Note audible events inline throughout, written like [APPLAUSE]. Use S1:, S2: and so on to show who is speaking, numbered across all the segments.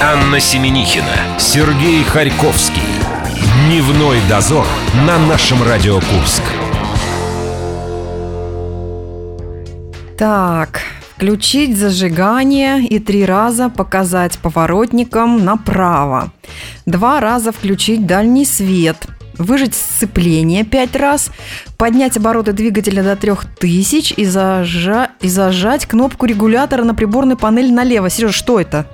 S1: Анна Семенихина, Сергей Харьковский. Дневной дозор на нашем Радио Курск.
S2: Так, включить зажигание и три раза показать поворотником направо. Два раза включить дальний свет. Выжать сцепление пять раз, поднять обороты двигателя до 3000 и, зажа... и зажать кнопку регулятора на приборной панели налево. Сережа, что это?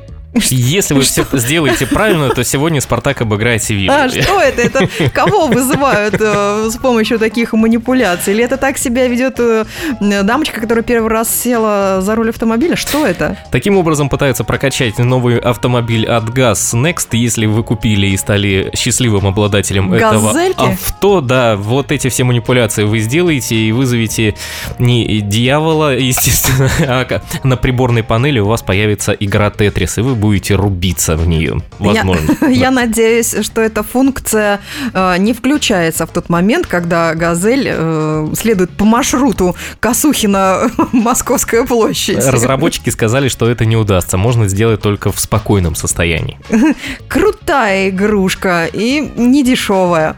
S3: Если вы все сделаете правильно, то сегодня Спартак обыграет Севилью.
S2: А что это? Это кого вызывают э, с помощью таких манипуляций? Или это так себя ведет э, дамочка, которая первый раз села за руль автомобиля? Что это?
S3: Таким образом пытаются прокачать новый автомобиль от ГАЗ Next. Если вы купили и стали счастливым обладателем
S2: Газельки?
S3: этого авто, да, вот эти все манипуляции вы сделаете и вызовете не дьявола, естественно, [LAUGHS] а на приборной панели у вас появится игра Тетрис, и вы будете рубиться в нее,
S2: [LAUGHS]
S3: возможно.
S2: Я, я надеюсь, что эта функция э, не включается в тот момент, когда «Газель» э, следует по маршруту Косухина [LAUGHS] Московская площадь.
S3: Разработчики сказали, что это не удастся. Можно сделать только в спокойном состоянии.
S2: Крутая игрушка и недешевая.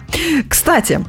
S2: Кстати,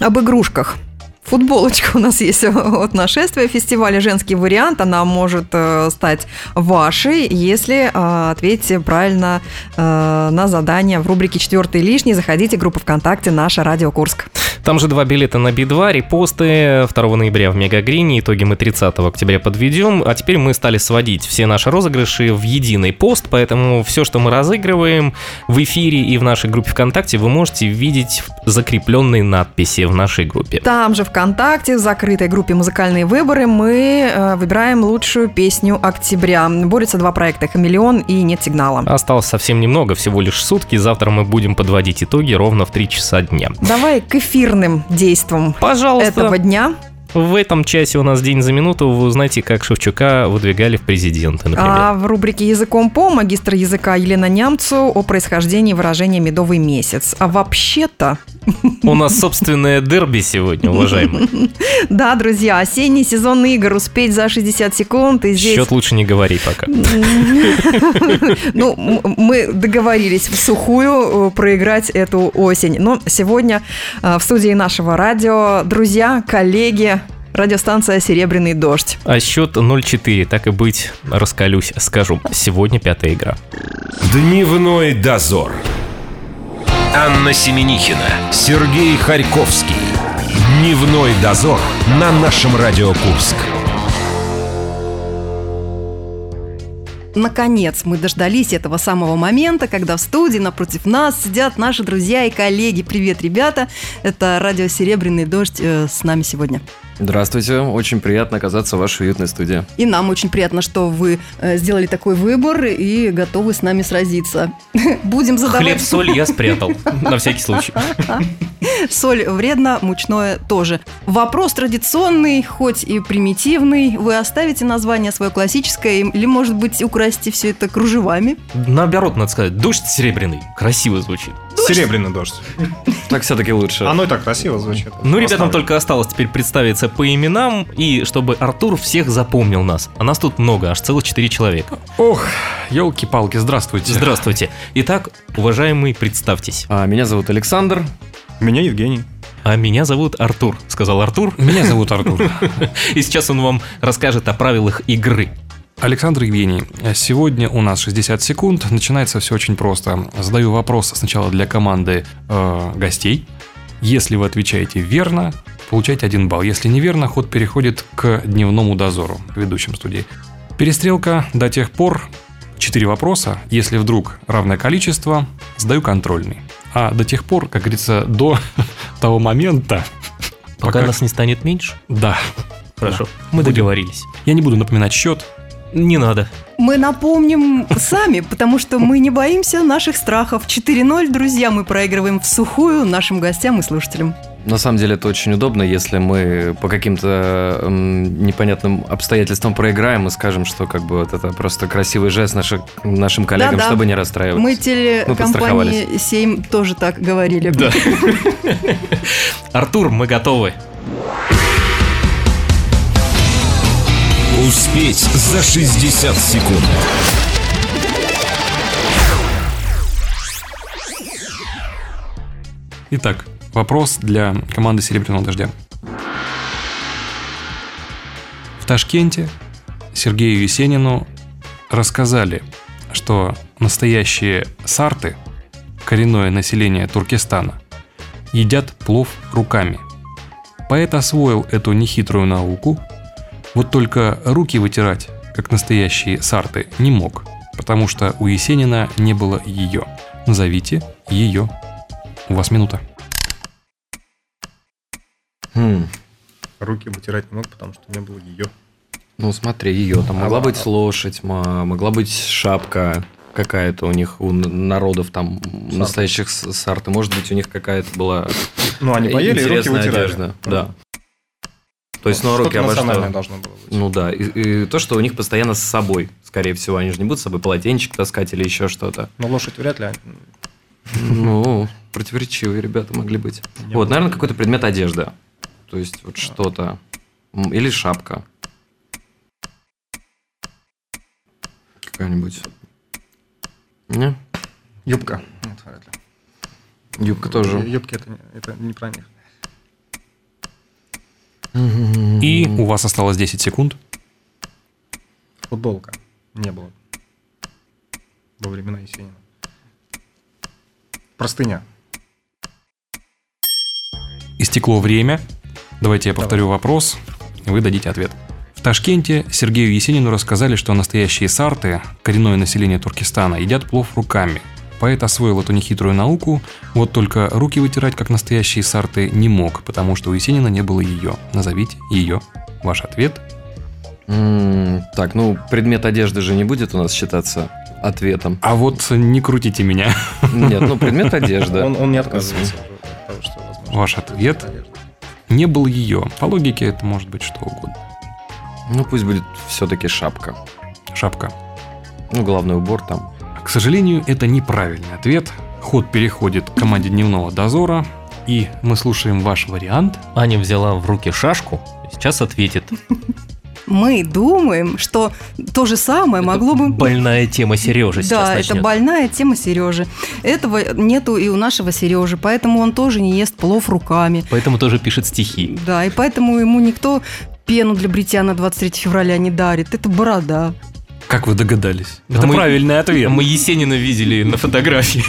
S2: об игрушках. Футболочка у нас есть от нашествия фестиваля «Женский вариант». Она может э, стать вашей, если э, ответите правильно э, на задание в рубрике «Четвертый лишний». Заходите в группу ВКонтакте «Наша Радио Курск».
S3: Там же два билета на Би-2, репосты 2 ноября в Мегагрине, итоги мы 30 октября подведем. А теперь мы стали сводить все наши розыгрыши в единый пост, поэтому все, что мы разыгрываем в эфире и в нашей группе ВКонтакте, вы можете видеть закрепленные надписи в нашей группе.
S2: Там же ВКонтакте, в закрытой группе «Музыкальные выборы» мы э, выбираем лучшую песню октября. Борются два проекта «Хамелеон» и «Нет сигнала».
S3: Осталось совсем немного, всего лишь сутки. Завтра мы будем подводить итоги ровно в 3 часа дня.
S2: Давай к эфирным действам
S3: Пожалуйста.
S2: этого дня.
S3: В этом часе у нас день за минуту. Вы узнаете, как Шевчука выдвигали в президенты, например.
S2: А в рубрике «Языком по» магистр языка Елена Нямцу о происхождении выражения «медовый месяц». А вообще-то...
S3: У нас собственное дерби сегодня, уважаемые.
S2: Да, друзья, осенний сезон игр. Успеть за 60 секунд. И здесь...
S3: Счет лучше не говори пока.
S2: Ну, м- мы договорились в сухую э, проиграть эту осень. Но сегодня э, в студии нашего радио друзья, коллеги, радиостанция «Серебряный дождь».
S3: А счет 0-4, так и быть, раскалюсь, скажу. Сегодня пятая игра.
S1: Дневной дозор. Анна Семенихина, Сергей Харьковский. Дневной дозор на нашем Радио Курск.
S2: Наконец мы дождались этого самого момента, когда в студии напротив нас сидят наши друзья и коллеги. Привет, ребята! Это радио «Серебряный дождь» э, с нами сегодня.
S4: Здравствуйте, очень приятно оказаться в вашей уютной студии.
S2: И нам очень приятно, что вы э, сделали такой выбор и готовы с нами сразиться. [LAUGHS] Будем
S5: Ну,
S2: задавать...
S3: Хлеб, соль я спрятал, [LAUGHS] на всякий случай.
S2: [LAUGHS] Соль вредно, мучное тоже. Вопрос традиционный, хоть и примитивный. Вы оставите название свое классическое или, может быть, украсите все это кружевами?
S3: Наоборот, надо сказать, дождь серебряный. Красиво звучит.
S6: Серебряный дождь.
S4: Так все-таки лучше.
S6: Оно и так красиво звучит.
S3: Ну, ребятам только осталось теперь представиться по именам и чтобы Артур всех запомнил нас. А нас тут много, аж целых 4 человека.
S6: Ох, елки-палки, здравствуйте.
S3: Здравствуйте. Итак, уважаемые, представьтесь.
S4: А, меня зовут Александр.
S6: Меня Евгений.
S3: А меня зовут Артур, сказал Артур. [LAUGHS]
S7: Меня зовут Артур.
S3: И сейчас он вам расскажет о правилах игры.
S7: Александр Евгений, сегодня у нас 60 секунд. Начинается все очень просто. Задаю вопрос сначала для команды э, гостей. Если вы отвечаете верно, получаете один балл. Если неверно, ход переходит к дневному дозору, ведущим студии. Перестрелка до тех пор 4 вопроса. Если вдруг равное количество, сдаю контрольный. А до тех пор, как говорится, до [LAUGHS] того момента,
S3: Пока,
S7: Пока-
S3: нас не станет меньше.
S7: да,
S3: Хорошо. Мы договорились.
S7: я не буду напоминать счет,
S3: Не надо.
S2: Мы напомним [LAUGHS] сами, потому что мы не боимся наших страхов. 4-0, друзья, мы проигрываем в сухую нашим гостям и слушателям.
S4: На самом деле это очень удобно, если мы по каким-то м, непонятным обстоятельствам проиграем и скажем, что как бы вот это просто красивый жест наших- нашим коллегам,
S2: Да-да.
S4: чтобы не
S2: Мы
S4: расстраиваться.
S2: телекомпании
S4: подстраховались.
S2: 7 тоже так говорили.
S3: Артур, мы готовы.
S1: Успеть за 60 секунд.
S7: Итак, вопрос для команды «Серебряного дождя». В Ташкенте Сергею Есенину рассказали, что настоящие сарты, коренное население Туркестана, едят плов руками. Поэт освоил эту нехитрую науку, вот только руки вытирать, как настоящие сарты, не мог, потому что у Есенина не было ее. Назовите ее. У вас минута.
S4: Хм.
S6: Руки вытирать не мог, потому что не было ее.
S4: Ну смотри, ее там могла быть лошадь, ма- могла быть шапка какая-то у них, у н- народов там настоящих с- сарты. Может быть, у них какая-то была
S6: Ну, они поели и руки
S4: интересная
S6: вытирали.
S4: одежда. Да. То есть, ну, руки
S6: Что-то национальное
S4: обожают.
S6: должно было быть.
S4: Ну да, и, и то, что у них постоянно с собой, скорее всего, они же не будут с собой полотенчик таскать или еще что-то.
S6: Но лошадь вряд ли.
S4: Ну, противоречивые ребята могли быть.
S6: Не
S4: Вот,
S6: было.
S4: наверное, какой-то предмет одежды. То есть, вот что-то. М, Или шапка. Какая-нибудь. Не?
S6: Юбка. Нет, вряд ли.
S4: Юбка тоже.
S6: Юбки это, не- это не про них.
S7: И у вас осталось 10 секунд.
S6: Футболка. Не было. Во времена Есенина. Простыня.
S7: Истекло время. Давайте я повторю вопрос, и вы дадите ответ. В Ташкенте Сергею Есенину рассказали, что настоящие сарты, коренное население Туркестана, едят плов руками. Поэт освоил эту нехитрую науку, вот только руки вытирать, как настоящие сарты, не мог, потому что у Есенина не было ее. Назовите ее. Ваш ответ.
S4: М, Так, ну, предмет одежды же не будет у нас считаться ответом.
S7: А вот не крутите меня. [LAUGHS]
S4: Нет, ну, предмет
S6: Он,
S4: одежды.
S6: он не отказывается уже от того, что возможно.
S7: Ваш ответ?
S6: Одежда.
S7: Не было ее. По логике это может быть что угодно.
S4: Ну, пусть будет все-таки шапка.
S7: Шапка.
S4: Ну, головной убор там.
S7: К сожалению, это неправильный ответ. Ход переходит к команде дневного дозора, и мы слушаем ваш вариант.
S3: Аня взяла в руки шашку, и сейчас ответит.
S5: Мы думаем, что то же самое могло бы...
S3: Больная тема Сережи сейчас
S5: Да, это
S3: начнет.
S5: больная тема Сережи. Этого нету и у нашего Сережи, поэтому он тоже не ест плов руками.
S3: Поэтому тоже пишет стихи.
S5: Да, и поэтому ему никто пену для бритья на 23 февраля не дарит. Это борода.
S7: Как вы догадались?
S3: Да
S7: это
S3: мы-
S7: правильный ответ.
S3: Мы Есенина видели на фотографии.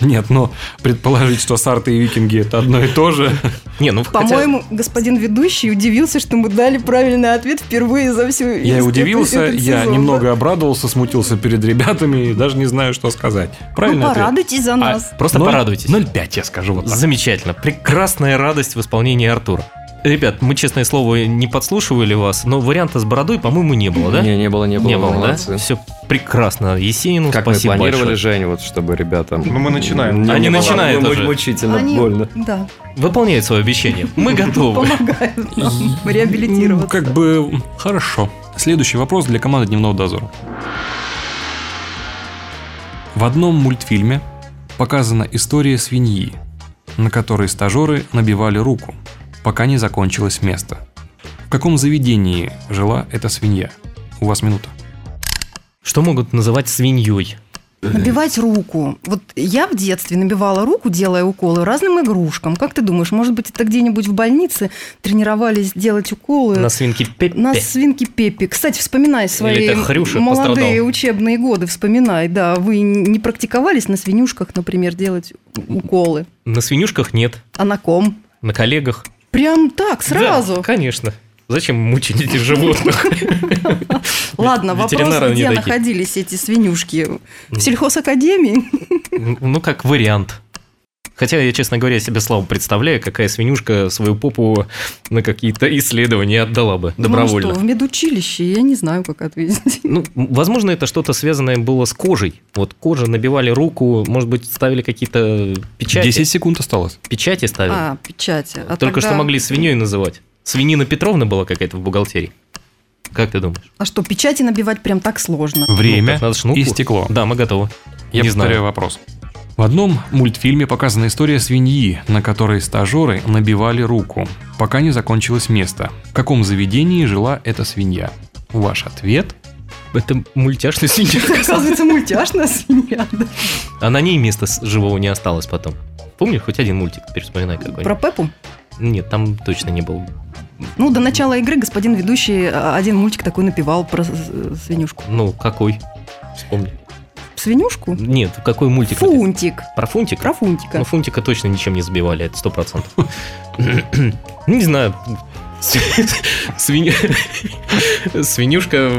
S7: Нет, но предположить, что сарты и викинги это одно и то [LAUGHS] же.
S3: Не, ну хотя-
S5: По-моему, господин ведущий удивился, что мы дали правильный ответ впервые за всю
S7: Я и
S5: этот-
S7: удивился,
S5: этот
S7: я
S5: сезон, да.
S7: немного обрадовался, смутился перед ребятами и даже не знаю, что сказать. Правильный
S5: ну,
S7: ответ.
S5: порадуйтесь за
S3: А,
S5: нас.
S3: Просто
S7: Ноль-
S3: порадуйтесь.
S7: 0,5 я скажу вот так.
S3: Замечательно. Прекрасная радость в исполнении Артура. Ребят, мы, честное слово, не подслушивали вас, но варианта с бородой, по-моему, не было, да?
S4: Не, не было, не было.
S3: Не было,
S4: молодцы.
S3: да? Все прекрасно. Есенину
S4: Как мы
S3: спасибо
S4: планировали,
S3: большое.
S4: Жень, вот чтобы ребята...
S6: Ну, мы начинаем.
S4: Не
S3: Они
S4: было
S3: начинают
S4: му-
S3: уже.
S4: Мучительно,
S5: Они-
S4: больно.
S5: Да,
S3: Выполняет свое обещание. Мы готовы.
S5: помогают нам
S7: Ну,
S5: реабилитироваться.
S7: Как бы хорошо. Следующий вопрос для команды Дневного дозора. В одном мультфильме показана история свиньи, на которой стажеры набивали руку, пока не закончилось место. В каком заведении жила эта свинья? У вас минута.
S3: Что могут называть свиньей?
S5: Набивать руку. Вот я в детстве набивала руку, делая уколы разным игрушкам. Как ты думаешь, может быть, это где-нибудь в больнице тренировались делать уколы?
S3: На свинке Пеппе.
S5: Э, На свинке Пеппи. Кстати, вспоминай свои
S3: это Хрюша
S5: молодые
S3: пострадал.
S5: учебные годы, вспоминай, да. Вы не практиковались на свинюшках, например, делать уколы?
S3: На свинюшках нет.
S5: А на ком?
S3: На коллегах.
S5: Прям так, сразу.
S3: Да, конечно. Зачем мучить этих животных?
S5: [LAUGHS] Ладно, вопрос,
S3: Ветеринары
S5: где
S3: они такие.
S5: находились эти свинюшки? В сельхозакадемии? [LAUGHS]
S3: Ну, как вариант. Хотя я, честно говоря, себе слабо представляю, какая свинюшка свою попу на какие-то исследования отдала бы
S5: Ну, что,
S3: добровольно.
S5: в медучилище, я не знаю, как ответить.
S3: Ну, возможно, это что-то связанное было с кожей. Вот кожа набивали руку, может быть, ставили какие-то печати.
S7: 10 секунд осталось.
S3: Печати ставили.
S5: А, печати. А
S3: Только
S5: тогда-
S3: что могли свиньей называть. Свинина Петровна была какая-то в бухгалтерии. Как ты думаешь?
S5: А что, печати набивать прям так сложно?
S3: Ну,
S7: Время
S3: так надо шнурку.
S7: и стекло.
S3: Да, мы готовы.
S7: Я
S3: не
S7: повторяю
S3: знаю.
S7: вопрос. В одном мультфильме показана история свиньи, на которой стажеры набивали руку, пока не закончилось место. В каком заведении жила эта свинья? Ваш ответ?
S3: Это мультяшная свинья.
S5: [LAUGHS] Оказывается, мультяшная свинья. да.
S3: А на ней места с- живого не осталось потом. Помнишь хоть один мультик? Теперь вспоминай какой.
S5: Про Пеппу?
S3: Нет, там точно не был.
S5: Ну, до начала игры господин ведущий а, один мультик такой напевал про с- с- свинюшку.
S3: Ну, какой? Вспомни.
S5: Свинюшку?
S3: Нет, какой мультик?
S5: Фунтик.
S3: Про фунтик?
S5: Про
S3: Ну,
S5: Фунтика.
S3: Фунтика точно ничем не забивали, это сто процентов. Ну, Не знаю. С- свинь- Свинюшка,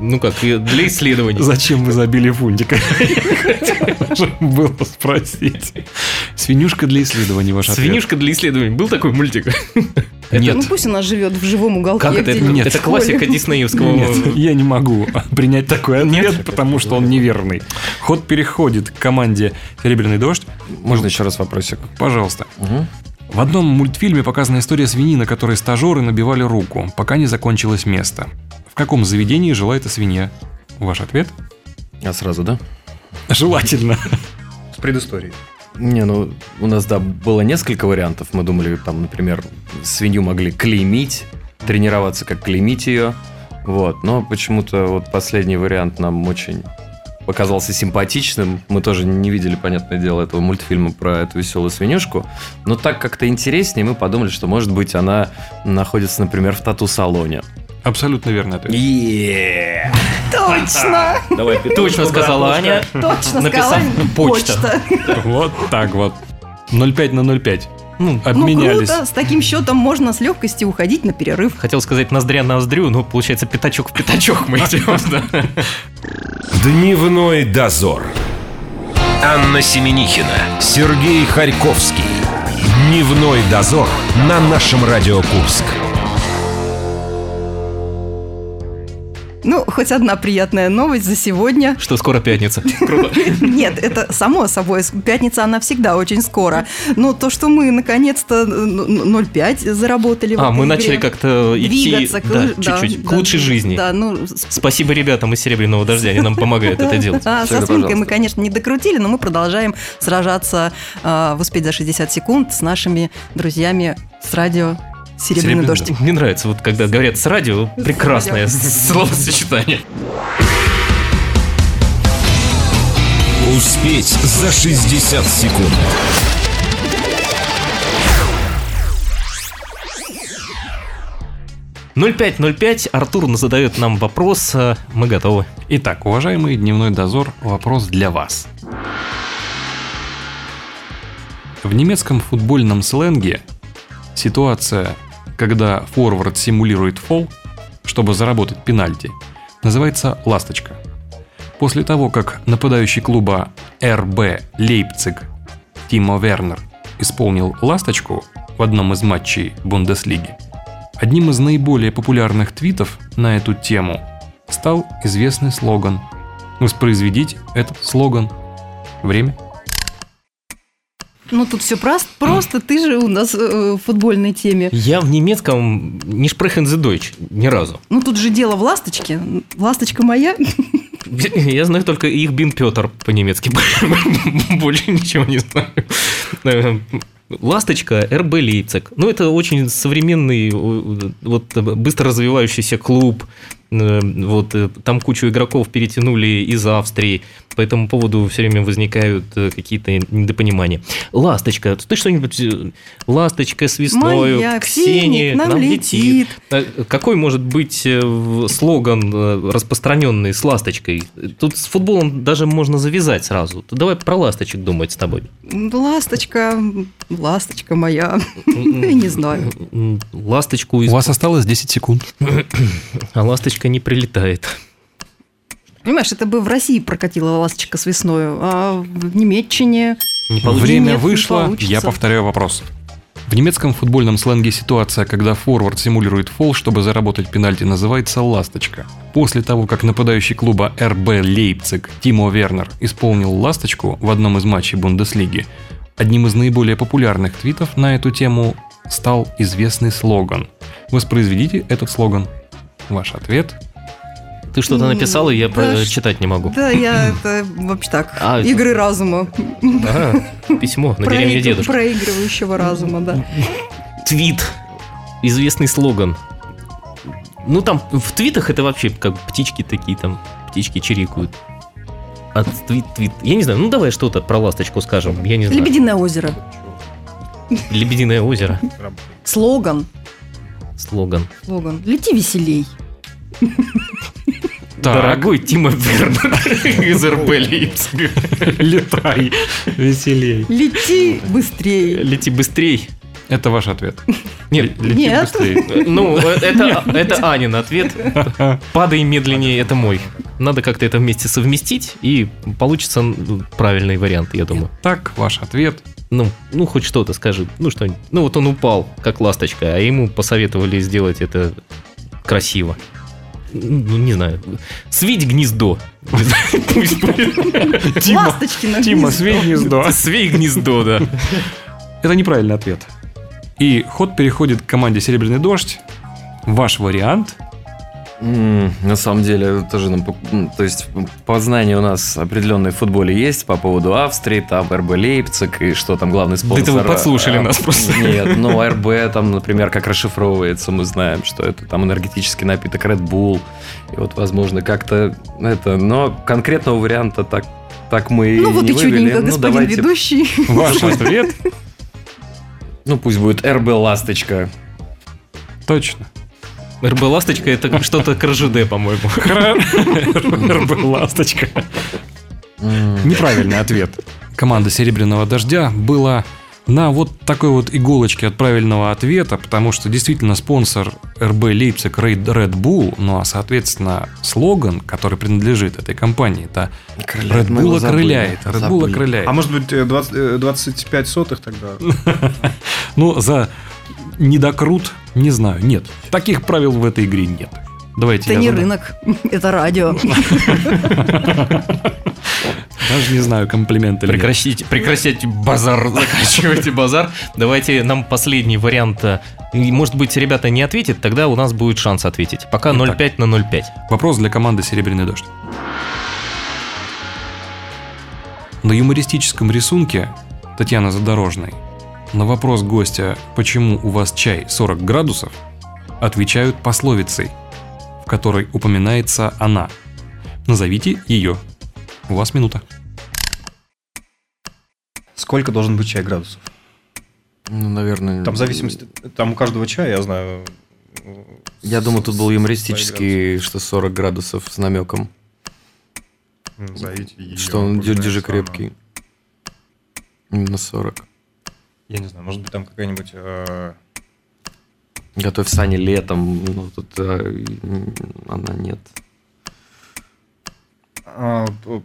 S3: ну как, и для исследований.
S7: Зачем вы забили [LAUGHS] фунтика? Было спросить. Свинюшка для исследований ваш ответ.
S3: Свинюшка для исследований. Был такой мультик?
S5: Ну,
S7: Нет.
S5: пусть она живет в живом уголке.
S3: Как это? Это-
S5: где-нибудь
S3: Это
S5: в школе. [LAUGHS]
S3: классика диснеевского.
S7: Нет, я не могу принять такой ответ, потому что он неверный. Ход переходит к команде «Серебряный дождь».
S4: Можно еще раз вопросик?
S7: Пожалуйста.
S4: Мгм.
S7: В одном мультфильме показана история свиньи, на которой стажеры набивали руку, пока не закончилось место. В каком заведении жила эта свинья? Ваш ответ?
S4: А сразу, да?
S7: Желательно.
S6: С предысторией.
S4: Не, ну, у нас, да, было несколько вариантов. Мы думали, там, например, свинью могли клеймить, тренироваться, как клеймить ее. Вот, но почему-то вот последний вариант нам очень показался симпатичным. Мы тоже не видели, понятное дело, этого мультфильма про эту веселую свинюшку. Но так как-то интереснее, мы подумали, что, может быть, она находится, например, в тату-салоне.
S7: Абсолютно верно ответ.
S4: Е-е-е.
S5: Точно!
S3: Давай, точно сказала Аня.
S5: Точно
S3: Написал
S5: сказала.
S3: почта.
S7: Вот так вот. 05 на 05.
S3: Ну,
S5: Ну,
S7: Обменялись.
S5: круто, с таким счетом можно с легкостью уходить на перерыв.
S3: Хотел сказать ноздря ноздрю, но получается пятачок в пятачок [LAUGHS] мы идем. да.
S1: Дневной дозор. Анна Семенихина, Сергей Харьковский. Дневной дозор на нашем Радио Курск.
S5: Ну, хоть одна приятная новость за сегодня.
S3: Что скоро пятница.
S5: Нет, это само собой. Пятница, она всегда очень скоро. Но то, что мы наконец-то н- н- 0,5 заработали в
S3: А,
S5: этой
S3: мы
S5: игре,
S3: начали как-то идти
S5: двигаться
S3: да,
S5: лу- да,
S3: чуть-чуть к
S5: да,
S3: лучшей жизни.
S5: Да, ну, с-
S3: Спасибо ребятам из «Серебряного дождя», они нам помогают это [LAUGHS] делать.
S5: А,
S4: Всегда
S5: со свинкой мы,
S4: пожалуйста.
S5: конечно, не докрутили, но мы продолжаем сражаться а, в «Успеть за 60 секунд» с нашими друзьями с радио «Серебряный,
S7: «Серебряный
S5: дождь».
S3: Мне нравится, вот когда говорят с радио, прекрасное [LAUGHS] словосочетание.
S1: Успеть за 60 секунд.
S3: «Ноль 0505, Артур задает нам вопрос, э, мы готовы.
S7: Итак, уважаемый Дневной Дозор, вопрос для вас. В немецком футбольном сленге ситуация, когда форвард симулирует фол, чтобы заработать пенальти, называется «ласточка». После того, как нападающий клуба РБ Лейпциг Тимо Вернер исполнил «ласточку» в одном из матчей Бундеслиги, одним из наиболее популярных твитов на эту тему стал известный слоган. Воспроизведить этот слоган. Время.
S5: Ну, тут все просто, просто ты же у нас э, в футбольной теме.
S3: Я в немецком не шпрехен за дойч, ни разу.
S5: Ну, тут же дело в ласточке. Ласточка моя.
S3: [LAUGHS] Я знаю только их бин Петр по-немецки, [LAUGHS] больше ничего не знаю. Э, Ласточка, РБ Лейпциг. Ну, это очень современный, э, вот э, быстро развивающийся клуб. Э, Вот э, там кучу игроков перетянули из Австрии. По этому поводу все время возникают э, какие-то недопонимания. Ласточка, ты что-нибудь... э, Ласточка с весной,
S5: Моя,
S3: Ксения
S5: к нам летит.
S3: Э, Какой может быть э, в- слоган, э, распространенный с ласточкой? Тут с футболом даже можно завязать сразу. Тут Давай про ласточек думать с тобой.
S5: Ласточка, ласточка моя. Не знаю.
S3: М, Ласточку из...
S7: осталось 10 секунд.
S3: [COUGHS] А ласточка не прилетает.
S5: Понимаешь, это бы в России прокатила ласточка с весною, а в Немеччине...
S3: Не получ-
S7: Время
S5: Нет, не
S7: вышло.
S5: получится.
S7: Я повторяю вопрос. В немецком футбольном сленге ситуация, когда форвард симулирует фол, чтобы заработать пенальти, называется «ласточка». После того, как нападающий клуба РБ Лейпциг Тимо Вернер исполнил «ласточку» в одном из матчей Бундеслиги, одним из наиболее популярных твитов на эту тему стал известный слоган. Воспроизведите этот слоган. Ваш ответ
S3: Ты что-то написал, и я
S5: Ну, Да
S3: про-
S5: ш-
S3: читать не могу.
S5: Да, я это вообще так.
S3: А, это-
S5: Игры разума.
S3: А, письмо на деревне
S5: Проигр-
S3: дедушка.
S5: Проигрывающего разума, да.
S3: Твит. Известный слоган. Ну там в твитах это вообще как птички такие там, птички чирикают. От твит, твит. Я не знаю, ну давай что-то про ласточку скажем. Я не знаю.
S5: Лебединое озеро.
S3: Лебединое озеро.
S5: Слоган.
S3: Слоган.
S5: Слоган. Лети веселей.
S8: Так,
S3: Дорогой Тима
S8: [LAUGHS]
S3: Вернер из РП Лейпциг.
S8: летай. Веселей.
S5: Лети быстрее.
S3: Лети быстрей.
S8: Это ваш ответ.
S3: Нет,
S8: Лети
S5: Нет. [LAUGHS]
S8: быстрее.
S3: ну, э, это, это Анин ответ. Падай медленнее, это мой. Надо как-то это вместе совместить, и получится ну, правильный вариант, я думаю.
S8: Так, ваш ответ.
S3: Ну, ну хоть что-то скажи. Ну, что-нибудь. Ну, вот он упал, как ласточка, а ему посоветовали сделать это красиво. Ну, не знаю. Свить гнездо. Пусть будет.
S5: Ласточки на
S8: Тима,
S5: гнездо.
S8: свей гнездо.
S3: Свей гнездо, да.
S8: Это неправильный ответ. И ход переходит к команде «Серебряный дождь». Ваш вариант
S4: М, На самом деле, это же нам... пок- м, То есть, м, познания у нас определенные в футболе есть по поводу Австрии, там РБ Лейпциг и что там главный спонсор.
S9: это вы подслушали
S4: а,
S9: нас просто.
S4: Нет, ну РБ там, например, как расшифровывается, мы знаем, что это там энергетический напиток Red Bull. И вот, возможно, как-то это... Но конкретного варианта так, так мы и
S5: Ну вот
S4: не
S5: и
S4: вывели.
S5: чудненько,
S4: Ну,
S5: господин
S4: давайте,
S5: ведущий.
S8: Ваш ответ?
S4: Ну, пусть будет РБ Ласточка.
S8: Точно.
S3: РБ Ласточка это что-то к РЖД, по-моему.
S8: РБ «Ласточка». Неправильный ответ. Команда «Серебряного дождя» была на вот такой вот иголочке от правильного ответа, потому что действительно спонсор РБ Лейпциг Рейд- Red Bull, ну а соответственно слоган, который принадлежит этой компании, это Red
S4: мы его
S8: Bull
S4: забыли,
S8: окрыляет, Red Bull
S4: забыли.
S8: окрыляет.
S6: А может быть, э, 20, э, 25 сотых тогда?
S8: Ну, за недокрут, не знаю, нет. Таких правил в этой игре нет. Давайте
S5: Это
S8: я
S5: не
S8: задам.
S5: рынок, [LAUGHS] это радио.
S8: Даже не знаю, комплименты или нет.
S3: Прекратите, прекратите базар, заканчивайте базар. Давайте нам последний вариант. э, и, Может быть, ребята не ответят, тогда у нас будет шанс ответить. Пока
S8: Итак.
S3: 0,5 на 0,5.
S8: Вопрос для команды «Серебряный дождь». На юмористическом рисунке Татьяны Задорожной на вопрос гостя «Почему у вас чай 40 градусов?» отвечают пословицей, в которой упоминается она. Назовите ее. У вас минута.
S6: Сколько должен быть чай градусов?
S4: Ну, наверное...
S6: Там в зависимости, э, там у каждого чая, я знаю. э,
S4: Я думаю, тут был
S6: свои
S4: юмористический, что 40 градусов с намеком.
S6: градусы. Назовите Ну, её,
S4: Что он
S6: не знаю,
S4: дюрдежи
S6: сама.
S4: крепкий. На 40.
S6: Я не знаю, может быть, там какая-нибудь... э,
S4: Готовь сани летом. Ну, тут а, м, она нет.
S6: а, п- п-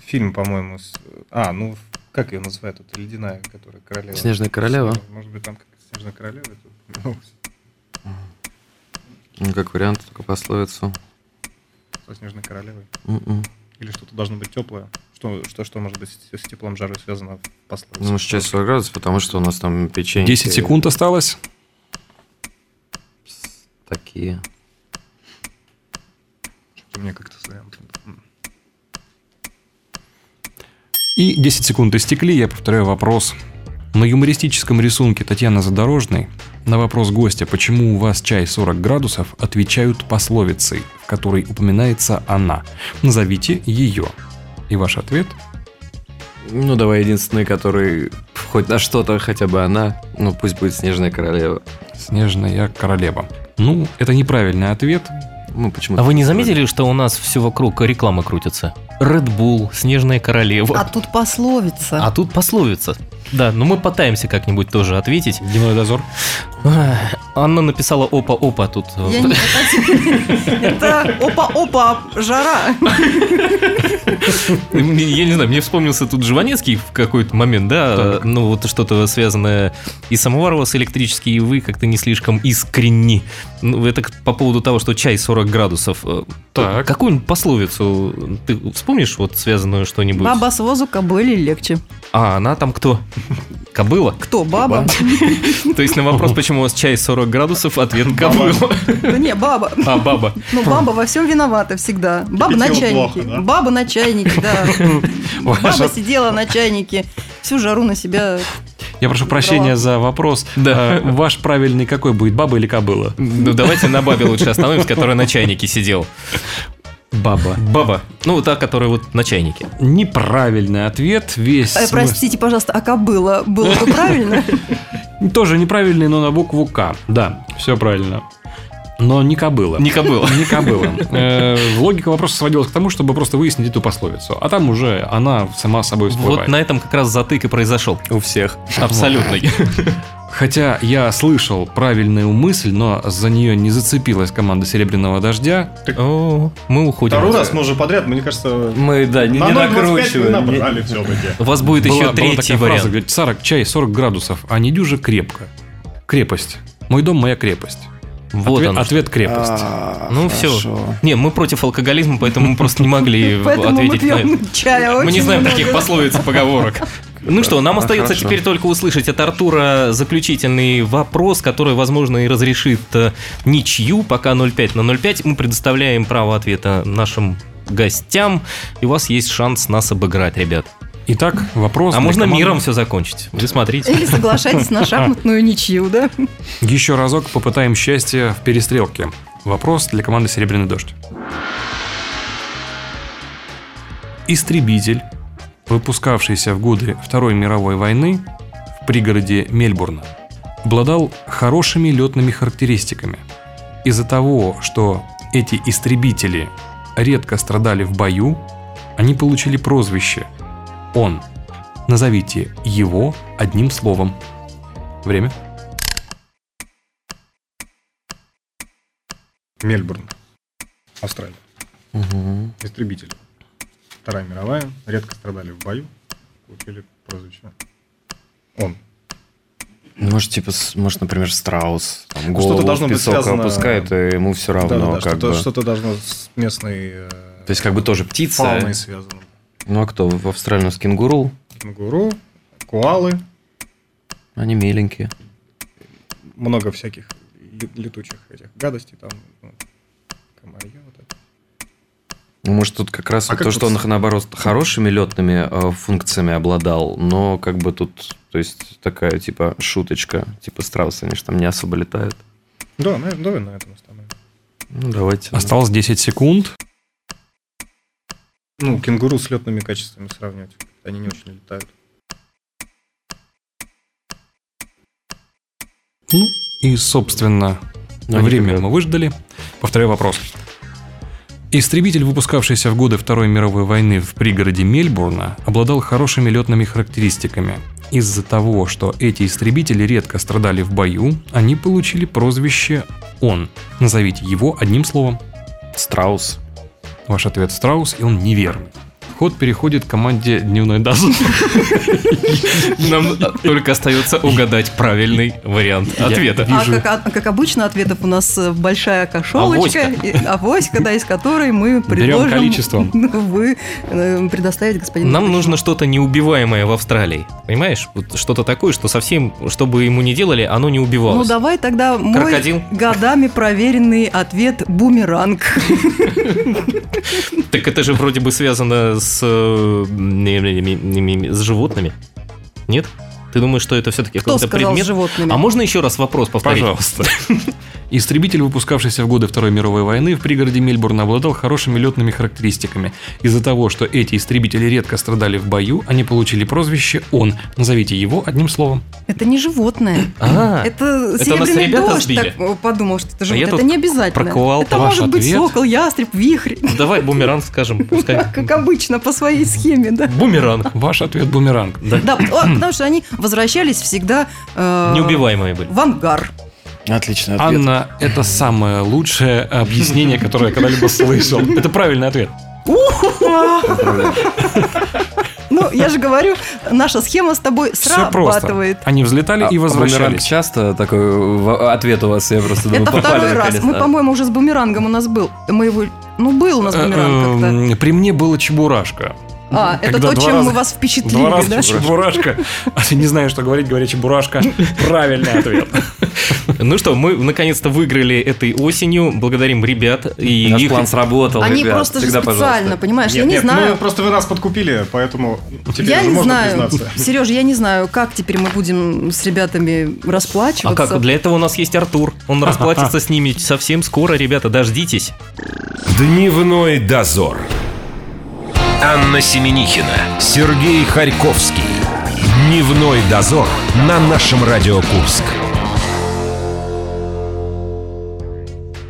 S6: Фильм, по-моему, с... А, ну, как ее называют? Это ледяная, которая королева.
S4: Снежная королева?
S6: Может быть, там как снежная королева? это-
S4: Ну, как вариант, только пословицу.
S6: Со снежной королевой.
S4: М-м.
S6: Или что-то должно быть теплое. Что, что, что может быть с, с теплом жары связано в пословице?
S4: Ну, сейчас 40 градусов, потому что у нас там печенье.
S8: 10 секунд осталось.
S4: Такие.
S6: Что-то мне как-то... прям, м.
S8: И 10 секунд истекли, я повторяю вопрос. На юмористическом рисунке Татьяны Задорожной на вопрос гостя, почему у вас чай 40 градусов, отвечают пословицей, в которой упоминается она. Назовите ее. И ваш ответ?
S4: Ну, давай единственный, который хоть на что-то хотя бы она. Ну, пусть будет снежная королева.
S8: Снежная королева. Ну, это неправильный ответ.
S4: Ну, почему
S3: А вы не заметили, что у нас все вокруг реклама крутится? Red Bull, Снежная
S5: А
S3: королева.
S5: тут пословица.
S3: А тут пословица. Да, но мы пытаемся как-нибудь тоже ответить.
S8: Дневной дозор.
S3: Ах, Анна написала опа-опа тут. э,
S5: Я не Это опа-опа, жара.
S3: [LAUGHS] Мне- Я не знаю, мне вспомнился тут Жванецкий в какой-то момент, да? э, Ну, вот что-то связанное и самовар у вас электрический, и вы как-то не слишком искренни. Ну, это к- по поводу того, что чай 40 градусов. Э,
S8: Так.
S3: Какую-нибудь пословицу ты вспомнишь вот связанную что-нибудь?
S5: Баба с возу кобыле легче.
S3: А, она там кто? Кобыла? [LAUGHS]
S5: Кто, баба?
S3: То есть на вопрос, почему у вас чай 40 градусов, ответ кобыла.
S5: Да не, баба.
S3: А, баба.
S5: Ну, баба во всем виновата всегда. Баба на
S6: Кипятила
S5: чайнике.
S6: плохо, да?
S3: [LAUGHS]
S5: Баба на чайнике, да.
S8: Ваш
S5: Баба
S8: от-
S5: сидела на чайнике. Всю жару на себя
S7: Я прошу прощения за вопрос.
S3: Да.
S7: Э, Ваш правильный какой будет, баба или кобыла?
S3: А, Ну, давайте на бабе лучше остановимся, которая на чайнике сидела.
S7: Баба.
S3: Баба. Ну, та, которая вот на чайнике.
S7: Неправильный ответ. Весь
S2: Э,
S7: смысл-
S2: Простите, пожалуйста, а кобыла было бы правильно?
S7: Тоже неправильный, но на букву К. Да, все правильно. Но не кобыла.
S3: Не [LAUGHS] кобыла.
S7: Не кобыла. [LAUGHS] Э, Логика вопроса сводилась к тому, чтобы просто выяснить эту пословицу. А там уже она сама собой
S3: Вот
S7: всплывает.
S3: на этом как раз затык и произошел.
S4: У всех.
S3: Абсолютно.
S7: Хотя я слышал правильную мысль, но за нее не зацепилась команда «Серебряного дождя».
S3: О, Мы уходим.
S6: Второй раз мы уже подряд, мне кажется,
S4: Мы, да, не,
S6: на
S4: не
S6: 0,25 мы
S4: накручиваем. не-
S6: набрали все-таки.
S3: У вас будет еще
S7: Была- была
S3: третий
S7: такая фраза,
S3: вариант.
S7: говорит, «Сарок, чай 40 градусов, а не дюжа крепко». Крепость. Мой дом – моя крепость.
S3: Вот
S7: ответ,
S3: он.
S7: ответ крепость.
S4: А,
S3: Ну, всё.
S4: хорошо.
S3: Не, мы против алкоголизма, поэтому мы просто не [LAUGHS] могли
S2: Поэтому мы
S3: ответить на это.
S2: пьем чая
S3: Мы не
S2: очень
S3: знаем
S2: много.
S3: таких пословиц и поговорок. Ну что, нам
S4: Ну,
S3: остается
S4: хорошо.
S3: теперь только услышать от Артура заключительный вопрос, который, возможно, и разрешит э, ничью, пока 0,5 на 0,5. Мы предоставляем право ответа нашим гостям, и у вас есть шанс нас обыграть, ребят.
S7: Итак, вопрос.
S3: А
S7: для
S3: можно
S7: команды.
S3: миром все закончить? Вы смотрите.
S5: [LAUGHS] Или соглашайтесь на шахматную ничью, да?
S7: Еще разок попытаем счастье в перестрелке. Вопрос для команды «Серебряный дождь». Истребитель, выпускавшийся в годы Второй мировой войны в пригороде Мельбурна, обладал хорошими летными характеристиками. Из-за того, что эти истребители редко страдали в бою, они получили прозвище «Он». Назовите его одним словом. Время.
S6: Мельбурн. Австралия.
S4: Мгм.
S6: Истребитель. Вторая мировая. Редко страдали в бою. Получили прозвище. Он.
S4: Может, типа, с- может, например, Страус. Там
S6: Ну, что-то
S4: голову
S6: должно
S4: в
S6: быть
S4: песок
S6: связано-
S4: опускает, и ему все равно.
S6: Да-да-да,
S4: как
S6: что-то,
S4: бы.
S6: что-то должно с местной э,
S4: То есть, как бы тоже птица.
S6: фауной связано.
S4: Ну а кто? В Австралию с кенгуру?
S6: Кенгуру, куалы,
S4: Они миленькие.
S6: много всяких ле- летучих этих гадостей там. ну, комарье вот это.
S4: Ну, может, тут как раз
S6: А
S4: вот
S6: как
S4: то,
S6: вот
S4: что он,
S6: с-
S4: наоборот, хорошими летными э, функциями обладал, но как бы тут, то есть, такая, типа, шуточка. Типа, страусы, они же там не особо летают.
S6: Да, наверное, давай на этом остановим.
S4: Ну, давайте.
S7: Осталось 10 секунд.
S6: Ну, кенгуру с летными качествами сравнивать. Они не очень летают.
S7: Ну и, собственно,
S4: Ну, они
S7: время
S4: как бы-
S7: мы выждали. Повторяю вопрос. Истребитель, выпускавшийся в годы Второй мировой войны в пригороде Мельбурна, обладал хорошими летными характеристиками. Из-за того, что эти истребители редко страдали в бою, они получили прозвище «Он». Назовите его одним словом.
S4: Страус.
S7: Ваш ответ «Страус», и он неверный. Ход переходит к команде «Дневной дозор».
S3: Нам только остается угадать правильный вариант ответа.
S5: А
S7: Вижу.
S5: как, а как обычно, ответов у нас э, большая кошелочка,
S3: Авоська.
S5: и- авоська, да, из которой мы предложим...
S7: количеством.
S5: [LAUGHS] ну, Вы э, предоставить господину...
S3: Нам
S5: Кучеру.
S3: нужно что-то неубиваемое в Австралии. Понимаешь? Вот что-то такое, что совсем, что бы ему не делали, оно не
S5: Ну,
S3: убивалось.
S5: давай тогда мой
S3: Крокодил.
S5: годами проверенный ответ бумеранг.
S3: Так это же вроде бы связано с, э, не- не- не- не- не- с животными. Нет? Ты думаешь, что это все-таки
S5: Кто
S3: какой-то
S5: сказал
S3: предмет?
S5: животными?
S3: А можно еще раз вопрос повторить?
S7: Пожалуйста. Истребитель, выпускавшийся в годы Второй мировой войны, в пригороде Мельбурна обладал хорошими летными характеристиками. Из-за того, что эти истребители редко страдали в бою, они получили прозвище «Он». Назовите его одним словом.
S5: Это не животное.
S3: А,
S5: Это
S3: нас
S5: серебряный
S3: ребята
S5: дождь
S3: сбили?
S5: так э, подумал, что это животное.
S3: я
S5: это
S3: тут
S5: не обязательно.
S3: проковал
S5: это
S7: ваш
S5: может быть
S7: ответ.
S5: сокол, ястреб, вихрь.
S3: [LAUGHS] давай бумеранг скажем,
S5: [LAUGHS]
S3: пускай.
S5: Да, Как обычно, по своей схеме, да.
S3: Бумеранг.
S7: Ваш ответ – бумеранг.
S5: Да, о, потому что они возвращались всегда э,
S3: Неубиваемые были.
S5: в ангар.
S4: Отлично,
S7: Анна, это самое лучшее объяснение, которое я когда-либо слышал. Это правильный ответ.
S5: Ну, я же говорю, наша схема с тобой
S7: Все просто.
S5: срабатывает.
S7: Они
S4: А,
S7: взлетали и возвращались.
S4: часто такой э, в- ответ у вас, я просто думаю,
S5: Это второй
S4: попали
S5: раз.
S4: наконец-то.
S5: Мы, по-моему, уже с бумерангом у нас был. Мы его... Ну, был у нас
S7: Э,
S8: эм,
S5: бумеранг как-то.
S7: э, При мне было чебурашка.
S2: А, это
S7: Когда
S2: то,
S7: два
S2: чем
S7: раза-
S2: мы вас впечатлили,
S7: Два раза
S2: да?
S7: чуть бурашка. [LAUGHS] А ты не знаешь, что говорить, горячий бурашка. Правильный ответ.
S3: Ну что, мы наконец-то выиграли этой осенью. Благодарим ребят
S4: [LAUGHS]
S3: и
S4: Наш
S3: их...
S4: план сработал,
S5: Они
S4: ребят.
S5: просто же
S4: Всегда
S5: специально,
S4: пожалуйста.
S5: понимаешь? Я
S6: Нет,
S5: не
S6: нет,
S5: знаю.
S6: ну, просто вы нас подкупили, поэтому теперь
S5: Я
S6: уже
S5: не
S6: можно
S5: знаю.
S6: признаться.
S5: Сереж, я не знаю, как теперь мы будем с ребятами
S3: А
S5: расплачиваться.
S3: как? Для этого у нас есть Артур. Он
S4: [LAUGHS]
S3: расплатится с ними совсем скоро, ребята, дождитесь.
S1: Дневной дозор. Анна Семенихина, Сергей Харьковский. Дневной дозор на нашем Радио Курск.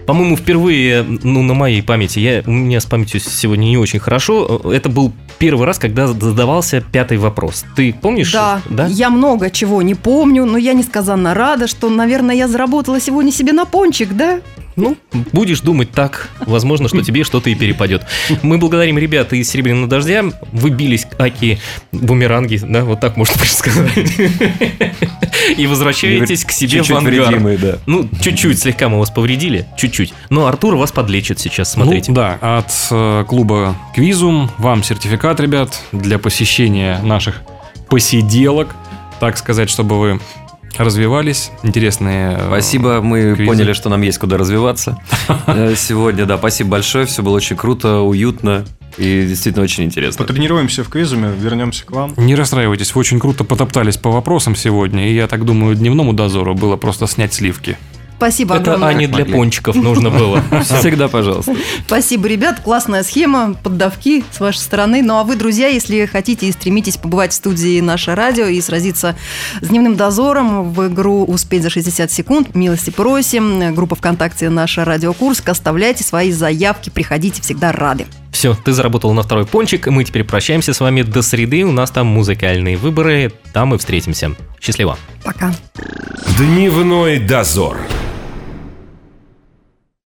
S3: По-моему, впервые, ну, на моей памяти, я, у меня с памятью сегодня не очень хорошо, э, это был первый раз, когда задавался пятый вопрос. Ты помнишь?
S5: Да.
S3: Да?
S5: я много чего не помню, но я несказанно рада, что, наверное, я заработала сегодня себе на пончик, да?
S3: Ну, будешь думать так, возможно, что тебе что-то и перепадет. Мы благодарим ребят из «Серебряного дождя», выбились аки бумеранги, да, вот так можно даже сказать. И возвращаетесь к себе в
S4: Чуть-чуть
S3: ангар.
S4: вредимые, да.
S3: Ну, чуть-чуть, слегка мы вас повредили, чуть-чуть. Но Артур вас подлечит сейчас, смотрите.
S7: Ну, да, от э, клуба Квизум вам сертификат, ребят, для посещения наших посиделок, так сказать, чтобы вы развивались. Интересные... э,
S4: Спасибо, мы
S7: Квизы.
S4: поняли, что нам есть куда развиваться. Э, Сегодня, да, спасибо большое, все было очень круто, уютно и действительно очень интересно.
S6: Потренируемся в квизуме, вернемся к вам.
S7: Не расстраивайтесь, вы очень круто потоптались по вопросам сегодня, и я так думаю, дневному дозору было просто снять сливки.
S5: Спасибо
S3: Это
S5: огромное.
S3: Ане для
S4: могли.
S3: пончиков нужно было.
S4: Всегда, пожалуйста.
S5: Спасибо, ребят. Классная схема, поддавки с вашей стороны. Ну а вы, друзья, если хотите и стремитесь побывать в студии «Наше радио» и сразиться с дневным дозором в игру «Успеть за 60 секунд», милости просим. Группа ВКонтакте «Наше радио Курск». Оставляйте свои заявки, приходите, всегда рады.
S3: Все, ты заработал на второй пончик, и мы теперь прощаемся с вами до среды, у нас там музыкальные выборы, там и встретимся. Счастливо.
S5: Пока.
S1: Дневной дозор.